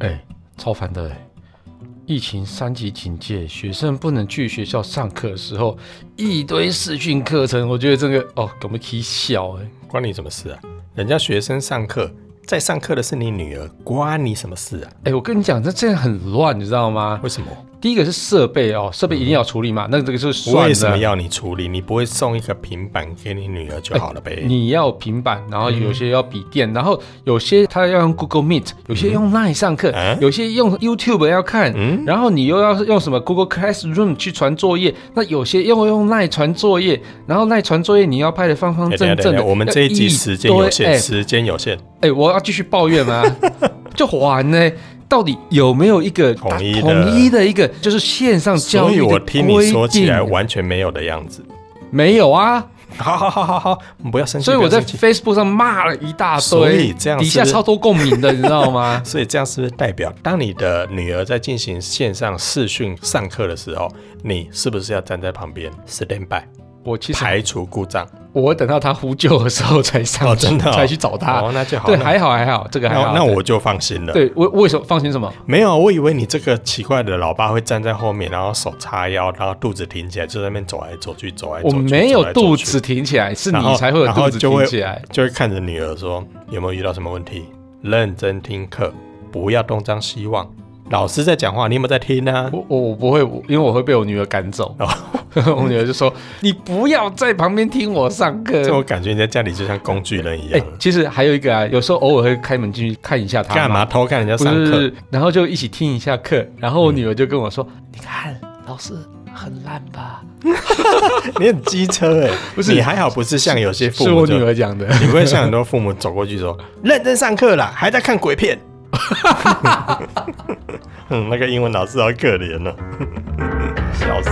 哎，超烦的哎！疫情三级警戒，学生不能去学校上课的时候，一堆视讯课程，我觉得这个哦，给我们起笑哎。关你什么事啊？人家学生上课，在上课的是你女儿，关你什么事啊？哎，我跟你讲，这这样很乱，你知道吗？为什么？第一个是设备哦，设备一定要处理嘛，那这个是算为什么的。要你处理？你不会送一个平板给你女儿就好了呗？你要平板，然后有些要笔电，然后有些他要用 Google Meet，有些用 Line 上课，嗯有些用 YouTube 要看，嗯然后你又要用什么 Google Classroom 去传作业，那有些又用 Line 传作业，然后 Line 传作业你要拍的方方哎等一下正等正一的。下，我们这一集要时间有堆限，哎时间有限，哎、我要继续抱怨 吗？就还呢、到底有没有一个统大一的统一的一个就是线上教所育以的我听你说起来规定完全没有的样子。没有啊？好好好好好，不要生气，所以我不要在生气 Facebook 上骂了一大堆，所以这样是？底下超多共鸣的，你知道吗 所以这样是不是代表，当你的女儿在进行线上视讯上课的时候，你是不是要站在旁边 stand by，我其实排除故障？我等到他呼救的时候才上哦去，真的哦才去找他。哦，那就好。对，那还好还好，这个还那好。那我就放心了。对对我为什么放心什么？没有，我以为你这个奇怪的老爸会站在后面，然后手叉腰，然后肚子挺起来，就在那边走来走去，走哎来走我去。没有走来走去肚子，挺起来，是然后你才会有然后肚子就会挺起来。就会看着女儿说有没有遇到什么问题，认真听课，不要东张西望。老师在讲话，你有没有在听啊呢、我我我不会，我因为我会被我女儿赶走。哦 我女儿就说：“你不要在旁边听我上这课。我感觉你在家里就像工具人一”哎、样。其实还有一个啊，有时候偶尔会开门进去看一下她。干嘛？偷看人家不上课？是，然后就一起听一下课。然后我女儿就跟我说：“你看，老师很烂吧你很机车哎、不是你还好，不是像有？”些父是我母女就，儿讲 的。你不会像很多父母走过去说 认真上课啦，还在看鬼片。 嗯，那个英文老师好可怜呢、 笑死。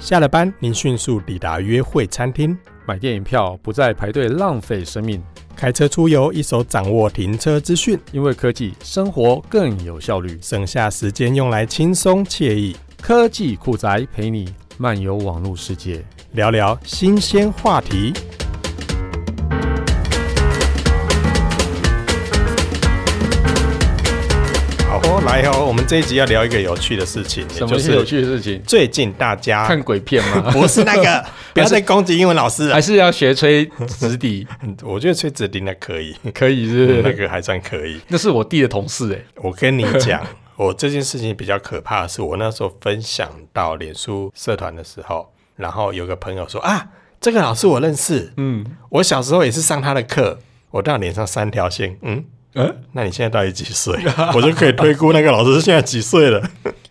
下了班，您迅速抵达约会餐厅，买电影票不再排队浪费生命，开车出游，一手掌握停车资讯，因为科技生活更有效率。省下时间用来轻松惬意科技酷宅陪你漫游网络世界。聊聊新鲜话题。好哦，来哦，我们这一集要聊一个有趣的事情，什也么就是啊有是趣的事情？最近大家看鬼片 吗？不是那 个，不要再攻击英文老师了还。是要学吹直笛？我觉得崔子丁的可以，可以是不是那个还算可以。那是我弟的同事哎、我跟你讲， 我这件事情比较可怕的是，我那时候分享到脸书社团的时候，然后有个朋友说啊，这个老师我认识，嗯，我小时候也是上他的课，我到脸上三条线，嗯。嗯那你现在到底几岁？ 我就可以推估那个老师现在几岁了。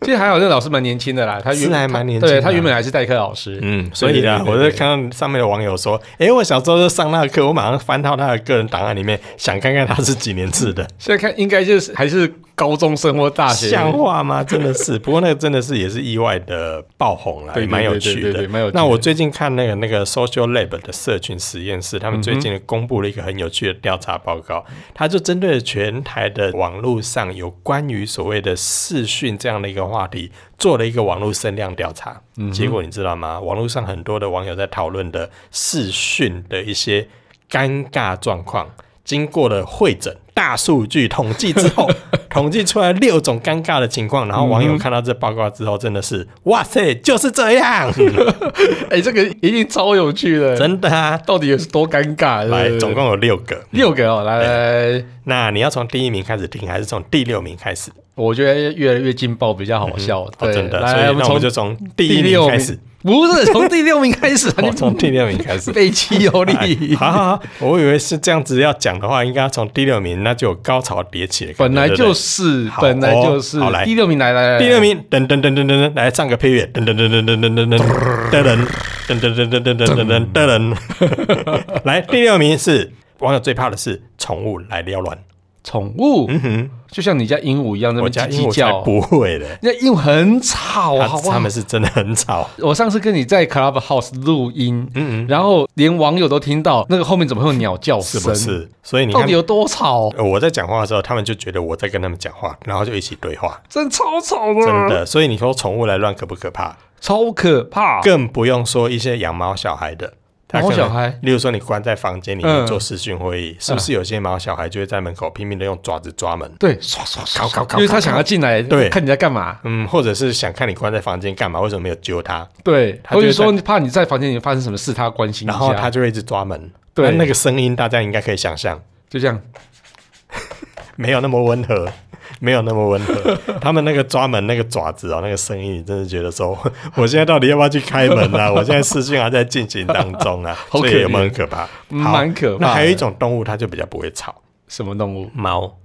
其实还好，那老师蛮年轻的啦，他原是还蛮年轻的对啊他原本还是代课老师，嗯，所以呢，对我对对就看到上面的网友说：“诶，我小时候就上那个课，我马上翻到他的个人档案里面，想看看他是几年次 的。”现在看应该就是还是高中生或大学，像话吗？真的是，不过那个真的是也是意外的爆红了，对也蛮有对趣对对的对。蛮有趣的那我最近看那个那个 Social Lab 的社群实验室，他们最近公布了一个很有趣的调查报告，它就针对了全台的网络上有关于所谓的视讯这样的一个话题，做了一个网络声量调查。结果你知道吗？网络上很多的网友在讨论的视讯的一些尴尬状况。经过了会诊、大数据统计之后，统计出来六种尴尬的情况，然后网友看到这报告之后，真的是哇塞，就是这样，哎、这个一定超有趣的，真的啊！到底有多尴尬？来对，不对总共哎有六个，六个哦，来来来，那你要从第一名开始听，还是从第六名开始？我觉得越来越劲爆比较好笑，哦，对，真的，所来以来，那我从们就从第一名六开始，，不是从第六名开 始，我你从第六名开始。背弃有 哎力。好好好，我以为是这样子要讲的话，应该要从第六名，那就有高潮迭起的感觉。本来对不对就是，好本来就是哦好来第六名，来来来，第六名，噔噔噔噔噔噔，来唱个配乐，噔噔噔噔噔噔噔噔噔噔噔噔噔噔噔噔噔噔。来，第六名是网友最怕的是宠物来撩卵。宠物，嗯哼，就像你家鹦鹉一样，那么我叽家鹦鹉叽才叫。不会的，那鹦鹉很吵，好不它好们？是真的很吵。我上次跟你在 Clubhouse 录音，嗯嗯，然后连网友都听到，那个后面怎么会有鸟叫是声？不？是？所以你到看底。有多吵？呃我在讲话的时候，他们就觉得我在跟他们讲话，然后就一起对话，真超吵的，真的。所以你说宠物来乱可不可怕？超可怕。更不用说一些养猫小孩的，他毛可能小孩例如说你关在房间里面嗯做视讯会议，是不是有些毛小孩就会在门口拼命的用爪子抓门？对，刷刷刷搞搞搞因为他想要进来，对看你在干嘛，嗯，或者是想看你关在房间干嘛？为什么没有揪他？对，他或就者是说怕你在房间里发生什么事，他关心一然后他下，就会一直抓门。对那那个声音大家应该可以想象，就这样，没有那么温和， 没有那么温和。他们那个抓门那个爪子哦，那个声音，你真的觉得说， 我现在到底要不要去开门 啊？我现在事情还在进行当中啊，好可所怜以有没有很可怕？嗯好蛮可怕那的还有一种动物，它就比较不会吵，什么动物？猫，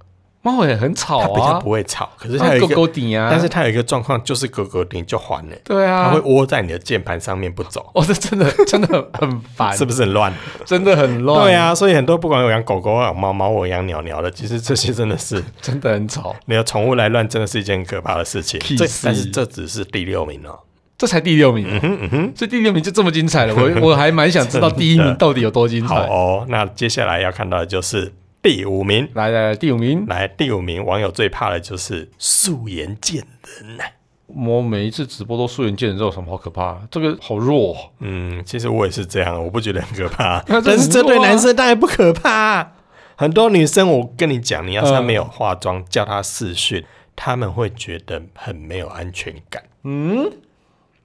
猫也很它吵比较啊不，会吵，可是它它有一狗个，狗顶啊，但是它有一个状况，就是狗狗顶就还了，对它啊 会，窝在你的键盘上面不走，哦，这真的真的很烦 是，不是很乱？真的很乱，对，啊，所以很多不管我养狗狗、我养猫猫、我养鸟鸟的，其实这些真的是真的很吵，你的宠物来乱，真的是一件很可怕的事情。屁这事但是这只是第六名哦。这才第六名，嗯这第六名就这么精彩了， 我我还蛮想知道第一真名 的到底有多精好彩。哦，那接下来要看到的就是第五名。来来来，第五名，来，第五名网友最怕的就是素颜见人呐、我每一次直播都素颜见人，这有什么好可怕啊的？这个好弱、哦。嗯，其实我也是这样，我不觉得很可怕， 那这但是很这对弱啊男生当然不可怕啊。很多女生，我跟你讲，你要是她嗯没有化妆，叫她试训，他们会觉得很没有安全感。嗯，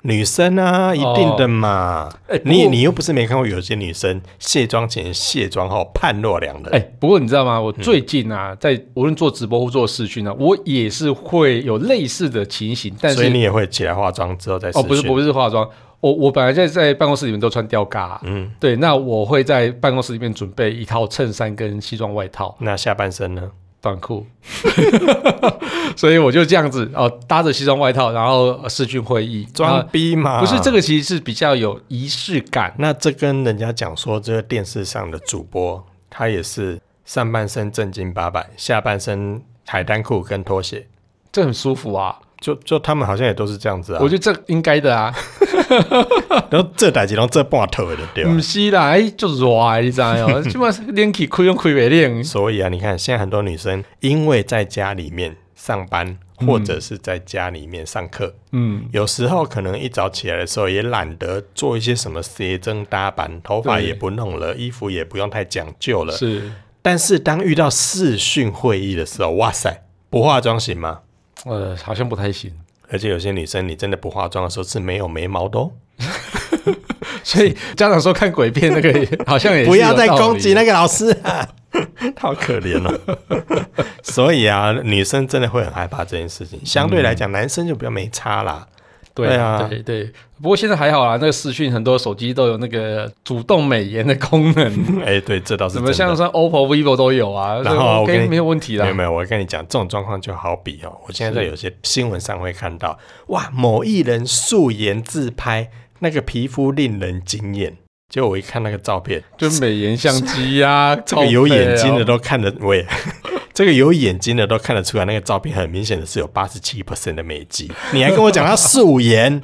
女生啊，一定的嘛。哎不你过你又不是没看过有些女生卸妆前、卸妆后判若两人。哎、不过你知道吗？我最近啊，嗯在无论做直播或做视讯啊，我也是会有类似的情形，但所以是你也会起来化妆之后再试哦，不是训不是化妆，我我本来在在办公室里面都穿吊嘎、嗯，对，那我会在办公室里面准备一套衬衫跟西装外套、那下半身啊呢？短裤， 所以我就这样子哦，搭着西装外套，然后呃视讯会议，装啊逼嘛？不是这。个，其实是比较有仪式感。那这跟人家讲说，这个电视上的主播，他也是上半身正经八百，下半身海滩裤跟拖鞋，这很舒服啊！就就他们好像也都是这样子啊。我觉得这应该的啊，然后这代志，然后这半头的对吧？啊不是啦，哎，就是热，你知道吗？ 起码是练起开用开袂练，所以啊，你看现在很多女生，因为在家里面上班，或者是在家里面上课，嗯，有时候可能一早起来的时候也懒得做一些什么斜增搭板，头发对也不弄了，衣服也不用太讲究了。是，但是当遇到视讯会议的时候，哇塞，不化妆行吗？呃，好像不太行，而且有些女生，你真的不化妆的时候是没有眉毛的、哦。所以家长说看鬼片那个 也好像也是不要再有道理攻击那个老师啊， 好可怜哦。 所以啊，女生真的会很害怕这件事情。相对来讲，男生就比较没差啦。对对啊对对。不过现在还好啦，那个视讯很多手机都有那个主动美颜的功能，哎、对，这倒是什嗯真的。么像说 OPPO、vivo 都有啊，然后啊我所以跟你 OK 没有问题没有啦。没有，我跟你讲，这种状况就好比哦，我现在在是有些新闻上会看到，哇，某艺人素颜自拍，那个皮肤令人惊艳。结果我一看那个照片，就美颜相机啊， 这个有眼睛的都都看得，哦喂， 这个有眼睛的都看得出来，那个照片很明显的是有八十七 percent 的美肌。你还跟我讲他 素颜？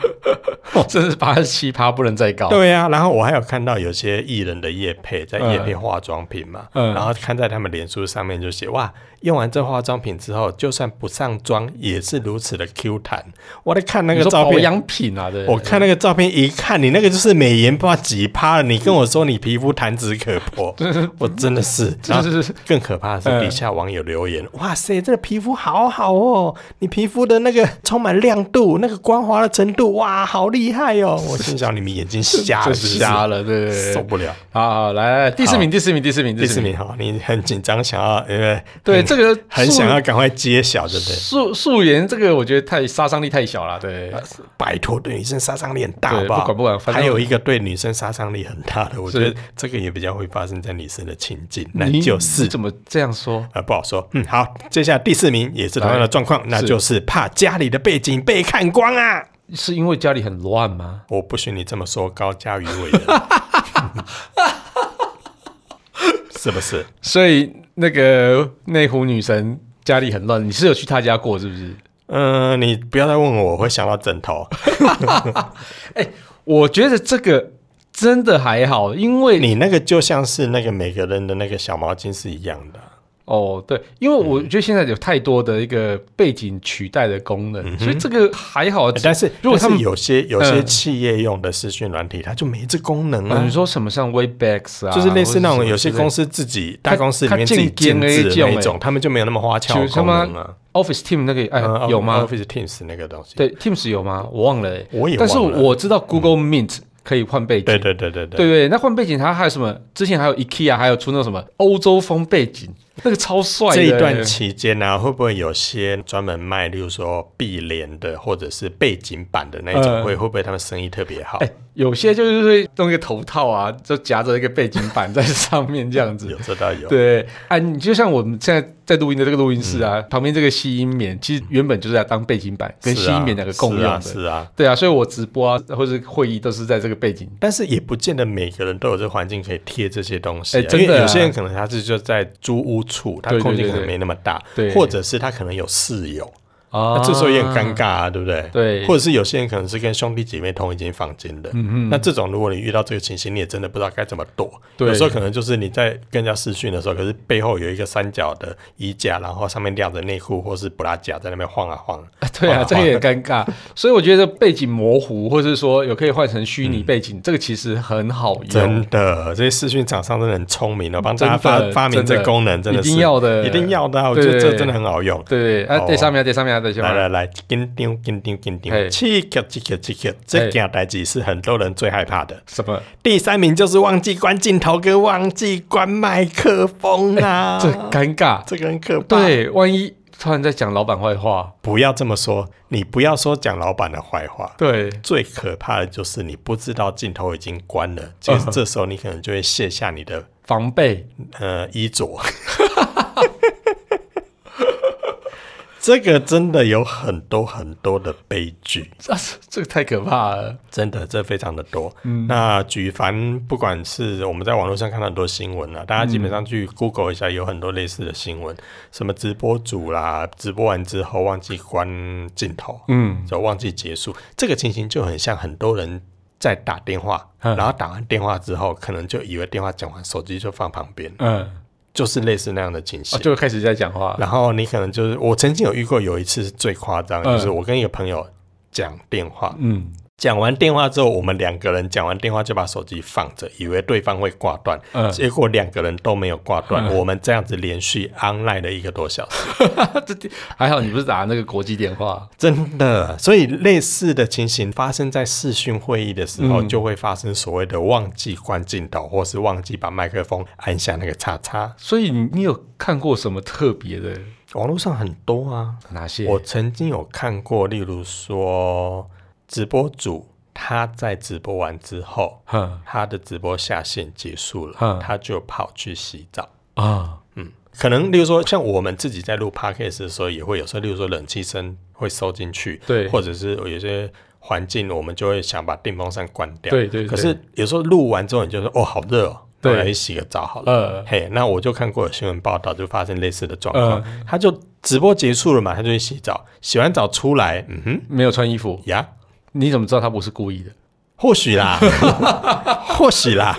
真是八十七趴不能再高。对呀、然后我还有看到有些艺人的叶配，在嗯叶配化妆品嘛，嗯然后看在他们脸书上面就写哇，用完这化妆品之后，就算不上妆也是如此的 Q 弹。我在看那你个说照保片。养品啊，对，我看那个照片，一看你那个就是美颜不知道几趴了。你跟我说你皮肤弹指可 破，我真的是。然后就是 更可怕的是，嗯底下网友留言：“哇塞，这个皮肤好好哦，你皮肤的那个充满亮度、那个光滑的程度，哇，好厉害哦！”我心想，你们眼 睛瞎就了是不是，瞎了，对对对受不了。好好，来来，第四名，第四名，第四名，第四。名哈，你很紧张，想要因为对，嗯这个很素想要赶快揭晓，对不对？素素颜，这个我觉得太杀伤力太小了。对，拜托，对女生杀伤力很大，好对不好？不管不管反正还有一个对女生杀伤力很大的，我觉是得这个也比较会发生在女生的情境，那你就是你怎么这样说？呃，不好说。嗯，好，接下来第四名也是同样的状况，那就是怕家里的背景被看光啊。是因为家里很乱吗？我不许你这么说，高嘉瑜委员， 是不是？所以那个内湖女神家里很乱，你是有去她家过是不是？嗯、你不要再问我，我会想到枕头。我觉得这个真的还好，因为你那个就像是那个每个人的那个小毛巾是一样的，哦，对，因为我觉得现在有太多的一个背景取代的功能，所以这个还好。嗯但是如果他但们是有些有些嗯企业用的视讯软体，它就没这功能啊啊你。说什么像 Webex 啊，就是类似那种有些公司司自己它大公司里面它自己建建制的 DNA 那一种，他们就没有那么花俏的就他功妈能啊了。 Office Team 那个哎、嗯有吗？ ？Office Teams 那个东西，，对，Teams 有吗？我忘了、欸，我也但是忘了嗯我知道 Google Mint 可以换背景。对对对对对对，那换背景它还有什么？之前还有 IKEA，还有出那种什么欧洲风背景，那个超帅的。这一段期间呢、会不会有些专门卖，例如说碧莲的或者是背景版的那一种，嗯会会不会他们生意特别好？哎、有些就是会弄一个头套啊，就夹着一个背景板在上面这样子有。这倒有，对，啊，你就像我们现在在录音的这个录音室啊，旁边这个吸音棉，其实原本就是来当背景板跟吸嗯是啊音棉两个共用的。是啊，是啊。对啊，所以我直播啊或者会议都是在这个背景。但是也不见得每个人都有这环境可以贴这些东西、啊，哎真的啊因为有些人可能他是就在租屋处，他对对空间对可对能没那么大，对或者是他可能有室友，啊那这时候也很尴尬啊，对不对？对或者是有些人可能是跟兄弟姐妹同一间房间的，嗯嗯，那这种如果你遇到这个情形，你也真的不知道该怎么躲。对有时候可能就是你在跟人家视讯的时候，可是背后有一个三角的衣架，然后上面晾着内裤或是布拉夹在那边晃啊晃。 对啊，晃这个也尴尬，所以我觉得背景模糊，或者是说有可以换成虚拟背景，这个其实很好用。嗯真的，这些视讯厂商真的很聪明哦，帮大家真的发发明真的这功能，真的是一定要的一定要的啊。我对觉得这对真的很好用。对，啊好，啊第三名，第三名，第三来名，来来，紧张紧张紧嘿张，刺激刺激刺激，这嘿件代志是很多人最害怕的。什么？第三名就是忘记关镜头跟忘记关麦克风啊， 这尴尬。这个很可怕。，对，万一突然在讲老板坏话，不要这么说，你不要说讲老板的坏话。对，最可怕的就是你不知道镜头已经关了，这嗯这时候你可能就会卸下你的防备，呃 衣着。这个真的有很多很多的悲剧。啊，这个太可怕了。真的，这非常的多。嗯那举凡不管是我们在网络上看到很多新闻啊，大家基本上嗯去 Google 一下，有很多类似的新闻，什么直播主啦，直播完之后忘记关镜头，嗯，就忘记结束，这个情形就很像很多人在打电话，嗯然后打完电话之后，可能就以为电话讲完，手机就放旁边，嗯，就是类似那样的情形啊。就开始在讲话，然后你可能就是，我曾经有遇过有一次是最夸张的，嗯就是我跟一个朋友讲电话，嗯讲完电话之后，我们两个人讲完电话就把手机放着，以为对方会挂断，嗯，结果两个人都没有挂断。我们这样子连续 online 了一个多小时， 这还好你不是打那个国际电话，真的。所以类似的情形发生在视讯会议的时候，嗯就会发生所谓的忘记关镜头，或是忘记把麦克风按下那个叉叉。所以你你有看过什么特别的网络上很多啊，哪些？我曾经有看过，例如说直播主他在直播完之后，哼他的直播下线结束嗯了，他就跑去洗澡。嗯啊，可能，例如说，像我们自己在录 podcast 的时候，也会有时候，例如说冷气声会收进去，对或者是有些环境，我们就会想把电风扇关掉。对对对可是有时候录完之后，你就说：“哦，好热哦，那我对来去洗个澡好了。”呃，嘿，那我就看过有新闻报道，就发生类似的状况。嗯他就直播结束了嘛，他就去洗澡，洗完澡出来，嗯哼没有穿衣服，呀，你怎么知道他不是故意的？或许啦， 或许啦，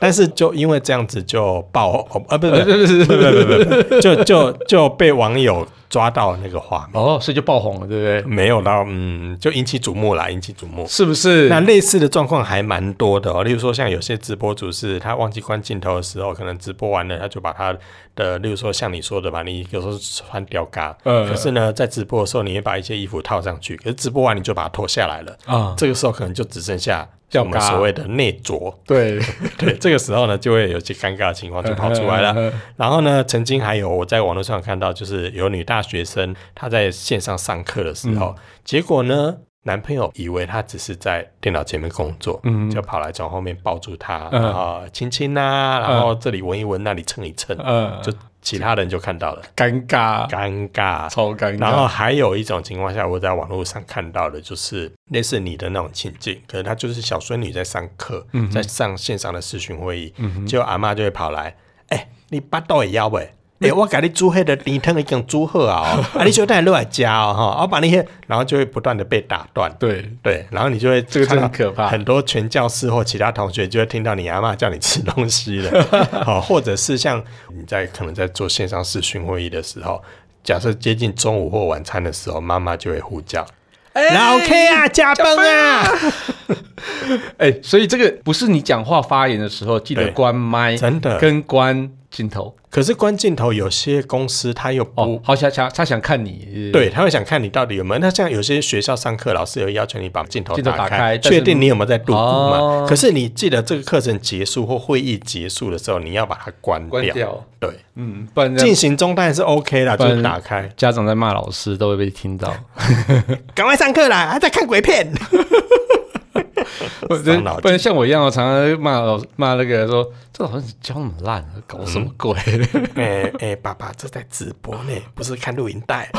但是就因为这样子就爆哦啊，不呃，是对对对，不是不是不是不是，就就就被网友抓到那个画面，哦，所以就爆红了，对不对？没有到嗯，就引起瞩目啦，引起瞩目。是不是？那类似的状况还蛮多的哦，例如说像有些直播主是他忘记关镜头的时候，可能直播完了他就把他的，例如说像你说的吧，你有时候穿吊嘎，嗯可是呢在直播的时候你会把一些衣服套上去，可是直播完你就把它脱下来了，啊，这个时候可能就只剩下吊我们嘎所谓的内着， 对，对，这个时候呢就会有一些尴尬的情况就跑出来了。 了。然后呢，曾经还有我在网络上看到，就是有女大学生她在线上上课的时嗯候，结果呢，男朋友以为她只是在电脑前面工作，嗯就跑来从后面抱住她，嗯然后亲亲呐、然后这里闻一闻，那里蹭一蹭，呃，就其他人就看到了，尴尬，尴尬。超尴然尬。后还有一种情况下，我在网络上看到的，就是类似你的那种情境，可能她就是小孙女在上课，嗯 在上线上的视讯会议，结果阿妈就会跑来，哎、你八道也要喂。哎、我给你煮黑的泥汤已经煮好啊、哦，啊，你就带落来加哦，哈，我把那些，然后就会不断的被打断。对，对，然后你就会这个真的看到很可怕很多全教室或其他同学就会听到你阿嬷叫你吃东西了， 好、或者是像你在可能在做线上视讯会议的时候，假设接近中午或晚餐的时候，妈妈就会呼叫，老 K 啊，加班啊，哎、所以这个不是你讲话发言的时候记得对关麦，真的跟关镜头。可是关镜头有些公司它又不哦，好想想他想看你，是不是，对，他会想看你到底有没有。那像有些学校上课，老师有要求你把镜头镜头打开但是确定你有没有在度过嘛。哦可是你记得这个课程结束或会议结束的时候，你要把它关关掉。对，嗯，不然这进样行中当然是 OK 啦，不就然是打开，家长在骂老师都会被听 到，赶快上课啦，还在看鬼片。不伤然脑筋不然像我一样，我常常骂老骂那个说这老师教那么烂，搞什么 鬼？哎哎、爸爸这在直播呢，不是看录影 带，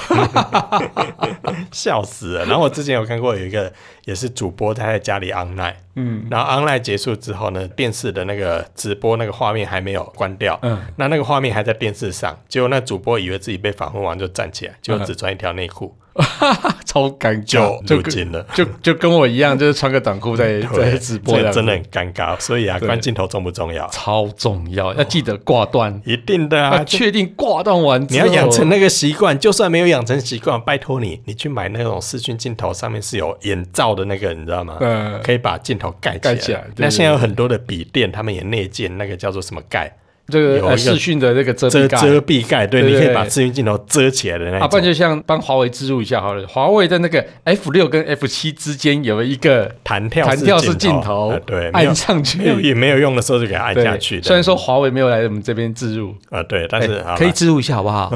笑死了。然后我之前有看过有一个也是主播，他在家里 online，嗯，然后 online 结束之后呢，电视的那个直播那个画面还没有关掉，嗯，那那个画面还在电视上，结果那主播以为自己被访问完就站嗯起来，结果只穿一条内裤，超尴就尬，入跟境了。就就跟我一 样，就是穿个短裤在 对在直播这的，个真的很尴尬，所以啊，对关镜头重不重要？超重要，要记得挂断，一定的啊要，确定挂断完之你后，要养成那个习惯，就算没有养成习惯，拜托你，你去买那种视讯镜头，上面是有眼罩的那个，你知道吗？嗯可以把镜头盖起来。盖起来对那现在有很多的笔电，他们也内建那个叫做什么盖，这个有呃一个视讯的那个遮蔽遮盖遮蔽盖，对，对你可对以把视讯镜头遮起来的那啊，不种。然就像帮华为植入一下好了。华为在那个 F 六跟 F 七之间有一个弹跳弹跳式镜头，啊对，没有按上去没有也没有用的时候就给它按对下去的。虽然说华为没有来我们这边植入，啊，对，但是哎好啦可以植入一下好不 好？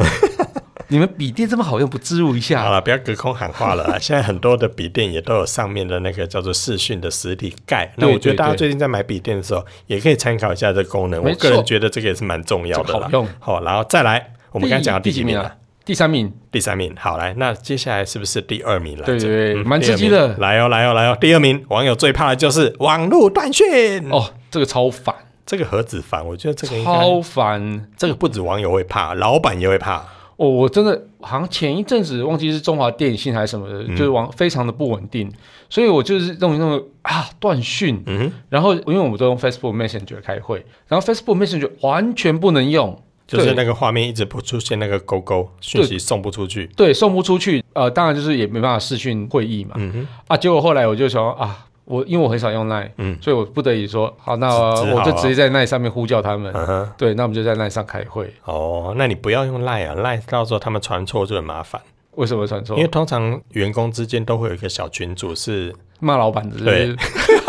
你们笔电这么好用，不植入一好下？了，不要隔空喊话了啊。 现在很多的笔电也都有上面的那个叫做视讯的实体盖。那对我觉得对大家对最近在买笔电的时候，也可以参考一下这个功能。没我个人错觉得这个也是蛮重要的这个啦好用。好，然后再来，我我们刚才讲到第几名了？？第啊三名，第三名。好，来，那接下来是不是第二名来着？对对对，嗯蛮刺激的第二名来哦，来哦，来哦！第二名，网友最怕的就是网络断讯。哦，这个超烦，这个何止烦，我觉得这个应该，超烦。这个不止网友会怕，老板也会怕。哦，我真的好像前一阵子忘记是中华电信还是什么嗯的，就是网非常的不稳定，所以我就是弄一弄啊断讯，嗯哼，然后因为我们都用 Facebook Messenger 开会，然后 Facebook Messenger 完全不能用，就是对那个画面一直不出现那个勾勾，讯息送不出去。对，送不出去，呃，当然就是也没办法视讯会议嘛，嗯哼。啊，结果后来我就想啊，我因为我很少用 Line，嗯所以我不得已说好，那只只好我啊就直接在 Line 上面呼叫他们，嗯哼，对，那我们就在 Line 上开会，哦，那你不要用赖啊，赖到时候他们传错就很麻烦，为什么传错因？为通常员工之间都会有一个小群组是，骂老板的，是不是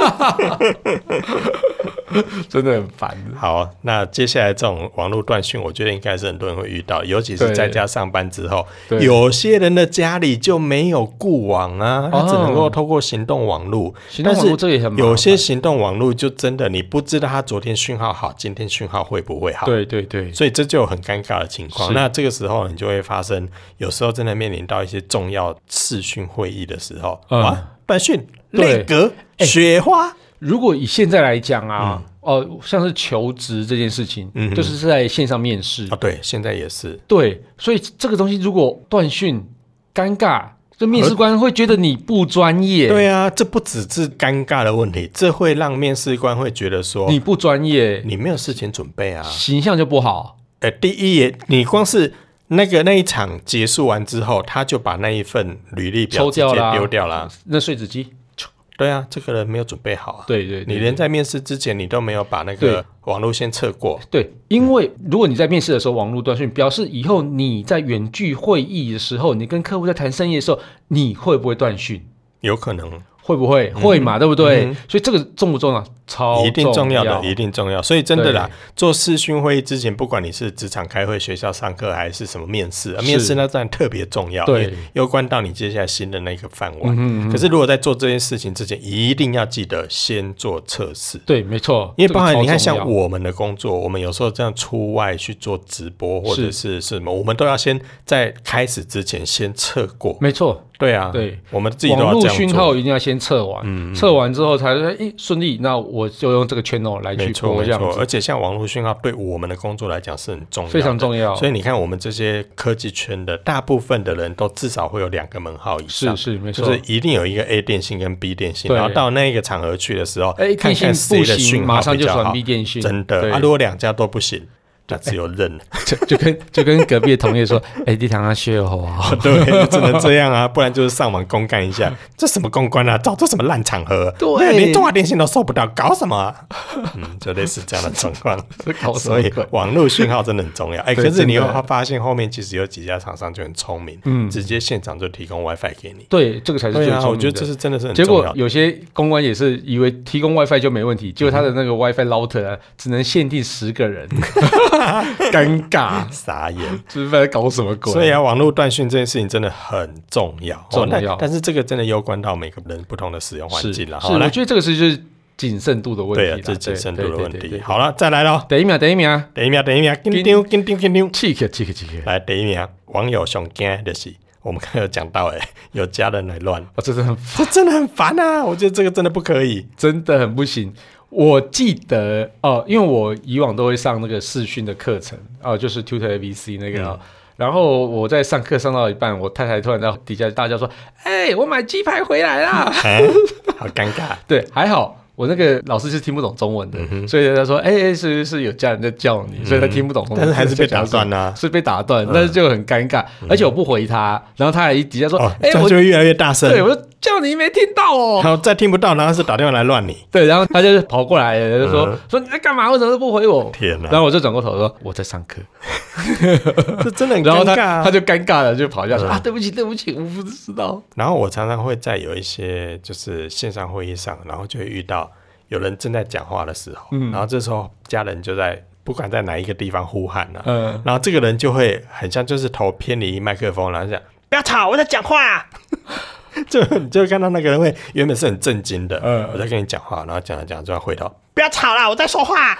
真的很烦。好，那接下来这种网络断讯，我觉得应该是很多人会遇到，尤其是对在家上班之后，对有些人的家里就没有固网啊，他只能够透过行动网络，行动但是网络这个也哦很麻烦有些行动网络就真的你不知道他昨天讯号好，今天讯号会不会好，对对对，所以这就有很尴尬的情况。是那这个时候你就会发生，有时候真的面临到一些重要视讯会议的时候，嗯啊，断讯、对哎内阁、雪花，如果以现在来讲啊，哦、像是求职这件事情，嗯嗯哼就是在线上面试，啊，对，现在也是。对，所以这个东西如果断讯，尴尬，这面试官会觉得你不专业，对啊，这不只是尴尬的问题，这会让面试官会觉得说你不专业，你没有事前准备啊。形象就不好。呃，第一也，你光是那个那一场结束完之后，他就把那一份履历表抽直接掉啦丢掉啦。那碎纸机，对啊，这个人没有准备好啊。对对对你连在面试之前你都没有把那个对网络先测过，对，因为如果你在面试的时候网络断讯，表示以后你在远距会议的时候，你跟客户在谈生意的时候，你会不会断讯？有可能会不会会嘛？对不对？嗯所以这个重不重要？超一定重重要的，一定重要。所以真的对啦，做视讯会议之前，不管你是职场开会、学校上课还是什么面试，啊面试那当然特别重要，对因为攸关到你接下来新的那个饭碗。嗯可是如果在做这件事情之前，一定要记得先做测试。对，没错，因为包这含个你看，超重像要我们的工作，我们有时候这样出外去做直播或者是是什么，我们都要先在开始之前先测过。没错，对啊，对，我们自己都网要这络样讯做。号一定要先先测完，嗯，嗯测完之后才说，诶，顺利，那我就用这个 channel 来去没错播没这样错，子，而且像网络讯号对我们的工作来讲是很重要的，非常重要。所以你看，我们这些科技圈的大部分的人都至少会有两个门号以是上。是没错，就是一定有一个 A 电信跟 B 电信，对然后到那个场合去的时候，哎，看电信看谁不的行，讯马号上比就较转好 B。电信，真对的，啊，如果两家都不行，那只有认 了。就就跟就跟隔壁的同业说，哎，你堂阿削我啊，对，就只能这样啊，不然就是上网公干一下。这什么公关啊？找这什么烂场合？啊哎对连中华电信都收不到，搞什么啊、嗯，就类似这样的状况。 搞什么哦所以鬼网络讯号真的很重 要。哎、对可是你真又的发现后面其实有几家厂商就很聪明，直接现场就提供 WiFi 给你。对，这个才是最对重要啊，的。我觉得这是真的是很结重果要。有些公关也是以为提供 WiFi 就没问 题，结果他的那个 WiFi router 啊只能限定十个人，尴 尬，傻眼，这是在搞什么鬼？所以啊，网络断讯这件事情真的很重要，哦重但要但是这个真的攸关到每个人不同的使用环是是，境了。好，我来，觉得这个是就是谨慎度的问对啊题，啦，这是深对度的对问对题。对好了，再来喽。等一秒，等一秒，啊第一名，第一名，紧张，紧张，紧张。气克气克气克，来，第一名，网友上惊的就是我们刚才有讲到、欸，有家人来乱，我真的哦很这真的很烦啊！我觉得这个真的不可以。真的很不行。我记得哦，因为我以往都会上那个视讯的课程哦，就是 Tutor ABC 那嗯个、哦然后我在上课上到一半，我太太突然在底下大叫说：“哎、我买鸡排回来啦！” 啊、好尴尬。对，还好我那个老师是听不懂中嗯文的，所以他说：“哎、哎，是是有家人在叫你，所以他听不懂中文。但是还是被在讲打什么断啊嗯啦、是被打断，但是就很尴尬，而且我不回他，然后他还底下说：“哦，哎、这样我就会越来越大声。对我说叫你没听到哦。”然后再听不到，然后是打电话来乱你。对，然后他就是跑过来了，就说、说你在干嘛？为什么都不回我？嗯天哪然后我就转过头说我在上课，这真的很然后尴他尬、啊他。就尴尬了，就跑下嗯说、啊，对不起，对不起，我不知 道。然后我常常会在有一些就是线上会议上，然后就会遇到有人正在讲话的时候，然后这时候家人就在不管在哪一个地方呼喊了、嗯，然后这个人就会很像就是头偏离麦克风，然后讲不要吵，我在讲话。 就你就会看到那个人会原本是很震惊的，嗯我在跟你讲话，然后讲着讲着就要回头，不要吵啦，我在说话。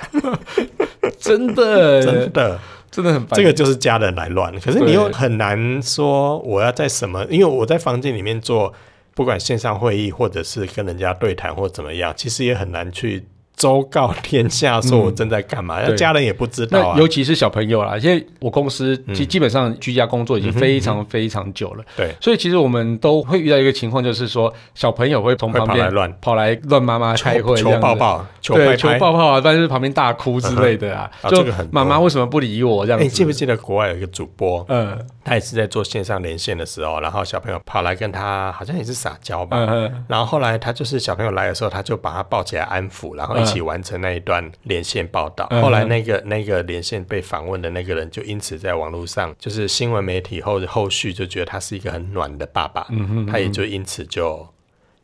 真的，真的，真的很烦这个就是家人来乱，可是对你又很难说我要在什么，因为我在房间里面做，不管线上会议或者是跟人家对谈或怎么样，其实也很难去周告天下说我正在干嘛，那、嗯对家人也不知道那啊嗯尤。其是小朋友啦，现在我公司基基本上居家工作已经非常非常久了，对，所以其实我们都会遇到一个情况，就是说小朋友会从会旁跑来边乱跑来乱妈妈开求会这求样抱子。抱，求对，拍求拍。抱抱啊，但是旁边大哭之类的啊，啊就这个很多妈妈为什么不理我这哎、样你记子？不记得国外有一个主播，嗯他也是在做线上连线的时候，然后小朋友跑来跟他，好像也是撒娇吧，嗯嗯，然后后来他就是小朋友来的时候，他就把他抱起来安抚，然后一起完成那一段连线报道。嗯后来那个那个连线被访问的那个人，就因此在网络上，就是新闻媒体后后续就觉得他是一个很暖的爸爸，嗯他也就因此就。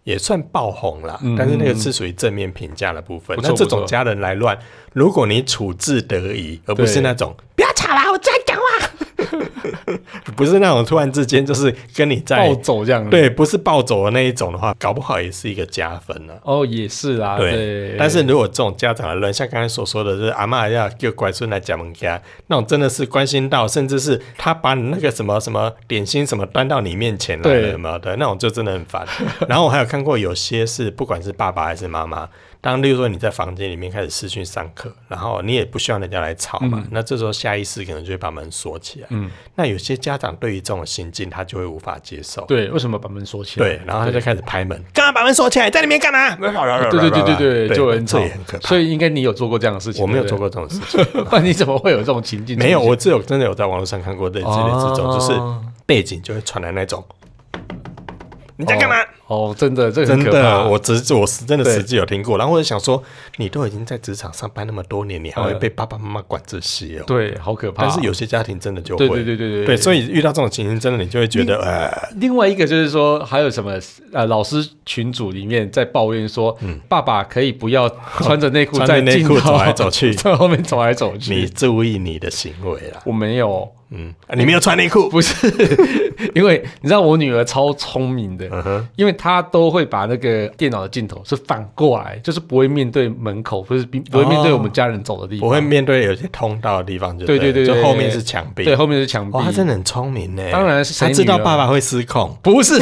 也算爆红了，但是那个是属于正面评价的部分。嗯不错那这不错种家人来乱，如果你处置得宜，而不对是那种不要吵啦，我在讲话， 不是那种突然之间就是跟你在暴走这样子。对，不是暴走的那一种的话，搞不好也是一个加分呢、啊哦，也是啦，对，对，但是如果这种家长的人，像刚才所说的，就是阿嬷要叫乖孙来讲门家，那种真的是关心到，甚至是他把你那个什么什么点心什么端到你面前来对了什么的，那种就真的很烦。 然后我还有看过有些是，不管是爸爸还是妈妈，当例如说你在房间里面开始视讯上课，然后你也不需要人家来吵嘛，嗯那这时候下意识可能就会把门锁起来。嗯，那有些家长对于这种行径，他就会无法接受。对，为什么把门锁起来？对，然后他就开始拍门，干嘛把门锁起来？在里面干嘛？对对对对对对，就很这吵也很可，怕。所以应该你有做过这样的事情，我没有对做不过这种事 情，对，那你怎么会有这种情境出现？没有，我只有真的有在网络上看过类似的这种，哦就是背景就会传来那种你在干嘛？哦，真的，这个很真可怕的，，啊我只我是真的对实际有听过，然后我就想说，你都已经在职场上班那么多年，你还会嗯被爸爸妈妈管这些哦。对，好可怕。但是有些家庭真的就会，对对对对对对，所以遇到这种情形，真的你就会觉得，呃，另外一个就是说，还有什么呃，老师群组里面在抱怨说，爸爸可以不要穿着内裤嗯 穿着在内镜裤头走来走去 在后面走来走你去。注意你的行为啦。我没有，嗯，啊你没有穿内裤，不是，因为你知道我女儿超聪明嗯的，因为她都会把那个电脑的镜头是反过来，就是不会面对门口，不是不会面对我们家人走的地方，哦我会面对有些通道的地方就对对对对，了对就后面是墙壁。对，后哦面是墙壁哇，他。真的很聪明呢。当然是谁他知道女儿爸爸会失控。不是，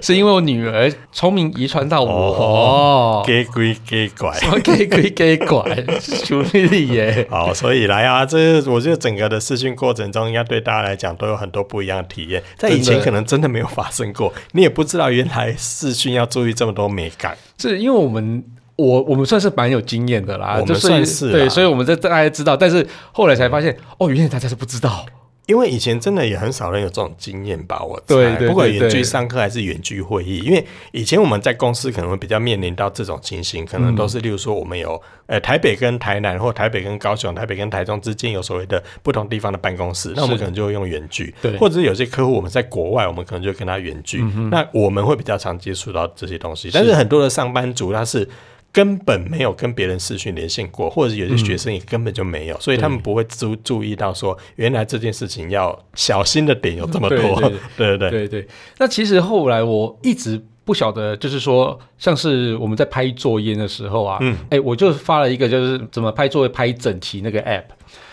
是因为我女儿聪明遗传到我。哦给鬼给拐。 什么给给给拐，兄弟耶！好，所以来啊，这我觉得整个的试训过程中，应该对大家来讲都有很多不一样的体验，在以真前的可能真的没有发生过，你也不知道原来试训要注意这么多美感。是因为我们我我们算是蛮有经验的啦，我们就算是啦对，所以我们这大家知道，但是后来才发现，哦，原来大家是不知道。因为以前真的也很少人有这种经验吧，我猜。对对对不管远距对上课还是远距会议，因为以前我们在公司可能会比较面临到这种情形，可嗯能都是例如说我们有呃台北跟台南或台北跟高雄、台北跟台中之间有所谓的不同地方的办公室，那我们可能就会用远距，对嗯或者是有些客户我们在国外，我们可能就跟他远距，那我们会比较常接触到这些东西，但是很多的上班族他是。根本没有跟别人视讯连线过，或者有些学生也根本就嗯没有，所以他们不会注注意到说，原来这件事情要小心的点有这么多，对对 对对对，对对，那其实后来我一直不晓得，就是说，像是我们在拍作业的时候啊，嗯，哎，我就发了一个，就是怎么拍作业拍整齐那个 app，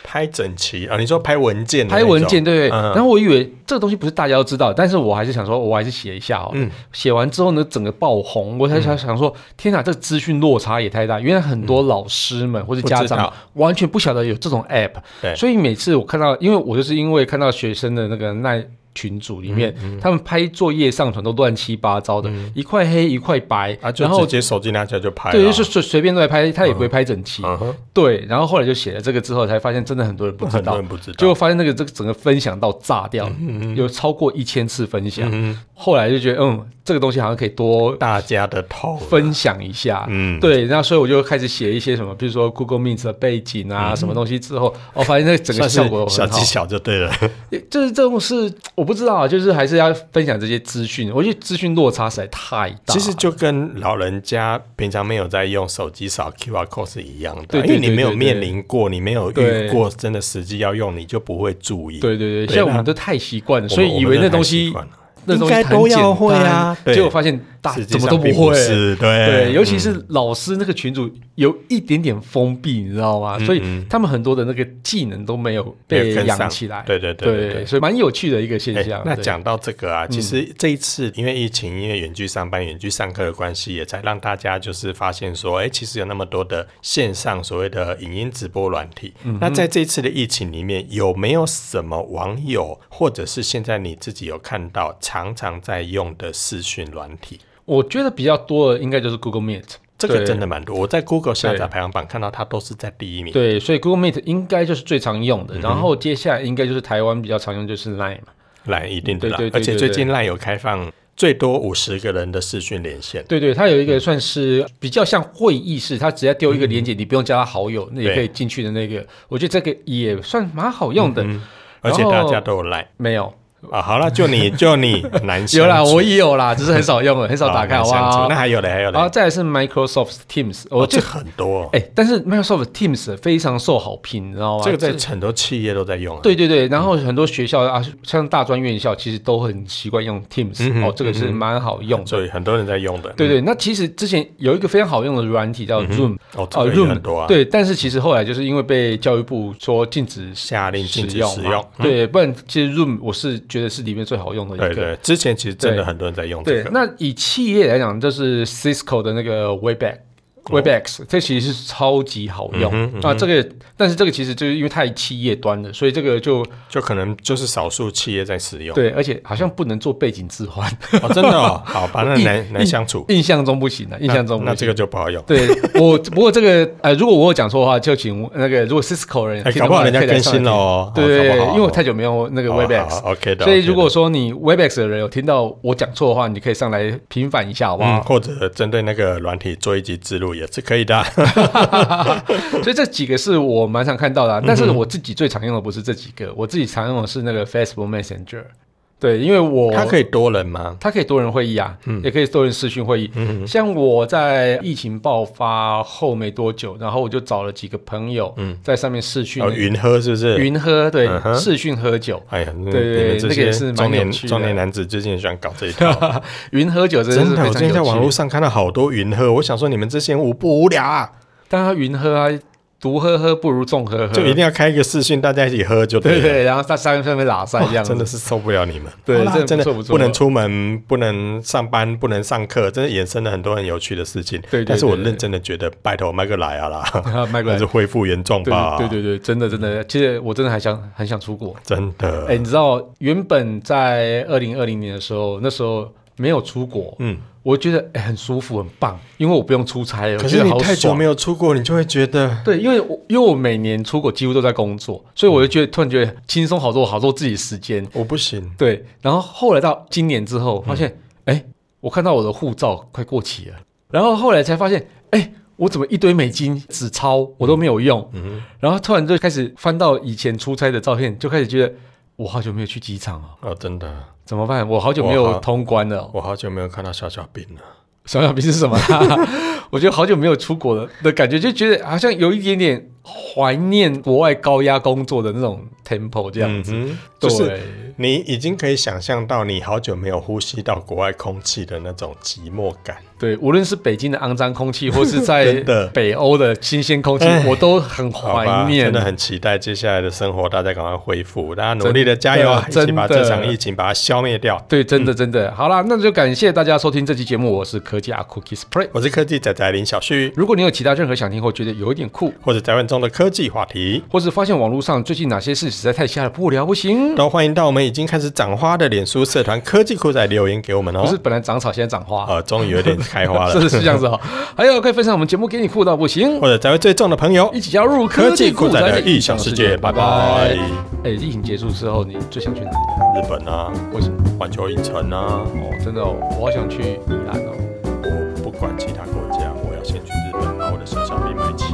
拍整齐啊、你说拍文件的那拍种，文件，对对。嗯然后我以为这个东西不是大家都知道，但是我还是想说，我还是写一下哦。嗯写完之后呢，整个爆红，我才想想说，天哪，这资讯落差也太大。原来很多老师们或者家嗯不知长道完全不晓得有这种 app，对所以每次我看到，因为我就是因为看到学生的那个那。群组里面，嗯他们拍作业上传都乱七八糟的，一块黑一块白，啊，就然后直接手机拿起来就拍了，对，就是随随便都来拍，他也不会拍整齐。嗯哼对，然后后来就写了这个之后，才发现真的很多人不知很多道人，不知道，嗯结果发现那个这个整个分享到炸掉，有超过一千次分享。后来就觉得，嗯，这个东西好像可以多大家的头了分享一下。嗯对，然后所以我就开始写一些什么，比如说 Google Meet 的背景啊，什么东西之后，我、发现那个整个嗯算效果是小很好技。巧就对了。也就是这种事，我不知道啊，就是还是要分享这些资讯。我觉得资讯落差实在太大。其实就跟老人家平常没有在用手机扫 QR code 是一样的，啊对对因为你没有对对面临过，你没有遇对过，真的实际要用，你就不会注意。对对对，对像那我们都太习惯了，我们所以以为我那们真的太东习西惯了那东西应该都要会很简单啊对结果发现大实际怎么上都不并不会，是对对，尤其嗯是老师那个群组有一点点封闭，你知道吗？所以他们很多的那个技能都没有嗯没被有跟上养起来，对对对对对所以蛮有趣的一个哎现象。那对嗯讲到这个啊，其实这一次因为疫情，因为远距上班、远距上课的关系，也才让大家就是发现说，哎、其实有那么多的线上所谓的影音直播软体。嗯那在这一次的疫情里面，有没有什么网友或者是现在你自己有看到常常在用的视讯软体？我觉得比较多的应该就是 Google Meet，这个对真的蛮多，我在 Google 下载对排行榜看到它都是在第一名。对，所以 Google Meet 应该就是最常用嗯的。然后接下来应该就是台湾比较常用就是 Line 嘛，来，一定的啦，对对对而且对最对近 LINE 有开放最多五十个人的视讯连线。对对，它有一嗯个算是比较像会议室，它直接丢一个连接，你不用加他好友，那也可以进去的那个，我觉得这个也算蛮好用的。嗯而且然大后家都有 line 没有，啊，好了，就你就你难相有啦，处我也有 啦，只是很少用了，很少打开，难好不相处好那？还啊有嘞，还有嘞，然后再来是 Microsoft Teams，我哦，就这很 多哦，哎、但是 Microsoft Teams 非常受好评，你知道吗？这个在很多企业都在用啊。对对对，然后很多学校啊，像大专院校其实都很习惯用 Teams，、嗯哼哦，这个是蛮好用的。所以很嗯多人在用的。对对，那其实之前有一个非常好用的软体叫 Zoom，、哦，这哦个也很多啊。，对，但是其实后来就是因为被教育部说禁止下令禁止用啊使嘛用嗯对，不然其实 Room 我是觉得是里面最好用的一对个。对，之前其实真的对很多人在用这个。那以企业来讲，就是 Cisco 的那个 Webex。Webex，这其实是超级好用、哦嗯哼嗯啊！这个，但是这个其实就是因为太企业端了，所以这个就就可能就是少数企业在使用。对，而且好像不能做背景置换， 哦，真的哦，好吧，那印难难相处，印象中不行啊，印象中不那那这行。个就不好用。对我，不过这个呃，如果我有讲错的话，就请那个如果 Cisco 人哎，听搞的不好话，人家可以来更上来新了听哦。对，好搞不好因为我太久没用那个哦 Webex，、好好 OK 的。所以 OK 的如果说你 Webex 的人有听到我讲错的话，你可以上来平反一下，好不嗯，好？或者针对那个软体做一集记录也是可以的啊。 所以这几个是我蛮常看到嗯的啊、但是我自己最常用的不是这几个，我自己常用的是那个 Facebook Messenger。对，因为我它可以以嗯多人吗？它可以多人会议啊，也可以多人视讯会议。嗯像我在疫情爆发后没多久，然后我就找了几个朋友在上面视讯、嗯哦，云喝是不是？云喝，对嗯，哼视讯喝酒。 哎呀，那对你们这那个些也是蛮中年有趣的中年男子最近也喜欢搞这一套，云喝 酒真的真是的，非我最常近在有网趣络。上看到好多云喝，我想说你们这些人无不无聊啊？当然，云喝啊，独喝喝不如众喝喝，就一定要开一个视讯，大家一起喝就嗯对了。对，然后在三分被拉塞这哇样子真的是受不了你们，对好啦真的不真的错不错能出门，不能上班，不能上课，真的衍生了很多很有趣的事情。对对但是我对认真的觉得，拜托麦克来啊啦，啊， 麦过还来 是，恢复原状对吧。嗯对对对，真的真的，其实我真的还想很想出国。真的。哎，你知道原本在二零二零年的时候，那时候没有出国，嗯，我觉得哎很舒服，很棒，因为我不用出差了，可是我觉你得好太久爽没有出国，你就会觉得对，因为我因为我每年出国几乎都在工作，所以我就觉得、突然觉得轻松好多，好多自己时间。我不行。对，然后后来到今年之后，发现嗯哎、诶我看到我的护照快过期了，然后后来才发现哎。诶我怎么一堆美金纸钞我都没有用，嗯然后突然就开始翻到以前出差的照片，就开始觉得我好久没有去机场了，哦，真的，怎么办？我好久没我有好通关了哦。我好久没有看到小小兵了。小小兵是什么、 我觉得好久没有出国了的感觉，就觉得好像有一点点怀念国外高压工作的那种 tempo 这样子。嗯哼，对、就是你已经可以想象到你好久没有呼吸到国外空气的那种寂寞感。对，无论是北京的肮脏空气，或是在 真的北欧的新鲜空气哎，我都很好吧怀念真的。很期待接下来的生活，大家赶快恢复，大家努力的加油啊，一真的起把真的这场疫情把它消灭掉。对，真的真的。好啦，那就感谢大家收听这期节目，我是科技阿 Cookie Spray。我是科技仔仔林小旭，如果你有其他任何想听或觉得有一点酷，或者宅问中的科技话题，或是发现网络上最近哪些事实在太瞎了，不聊不行。都欢迎到我们已经开始长花的脸书社团科技酷仔留言给我们哦。不是本来长草，现在长花。呃，终于有点开花 了，是是这样子哦。还有可以分享我们节目给你酷到不行，或者宅问最重的朋友一，起加入科科技技酷酷宅仔的的异异想想世世界。界，拜拜拜哎，拜。。疫情结束之后，你最想去哪里？日本啊，为什么？环球影城啊，哦，真的哦，我好想去宜兰哦。我不管其他国家，我要先去日本，把我的小小兵买齐。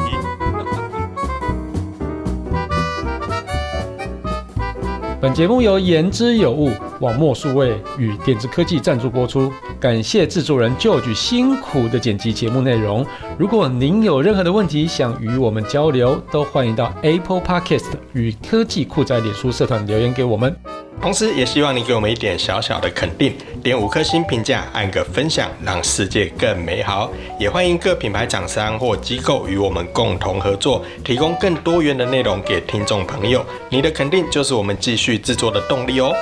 本节目由言之有物、网墨数位与点子科技赞助播出，感谢制作人 George 辛苦的剪辑节目内容。如果您有任何的问题想与我们交流，都欢迎到 Apple Podcast 与科技酷宅脸书社团留言给我们。同时，也希望你给我们一点小小的肯定，点五颗星评价，按个分享，让世界更美好。也欢迎各品牌厂商或机构与我们共同合作，提供更多元的内容给听众朋友。你的肯定就是我们继续制作的动力哦。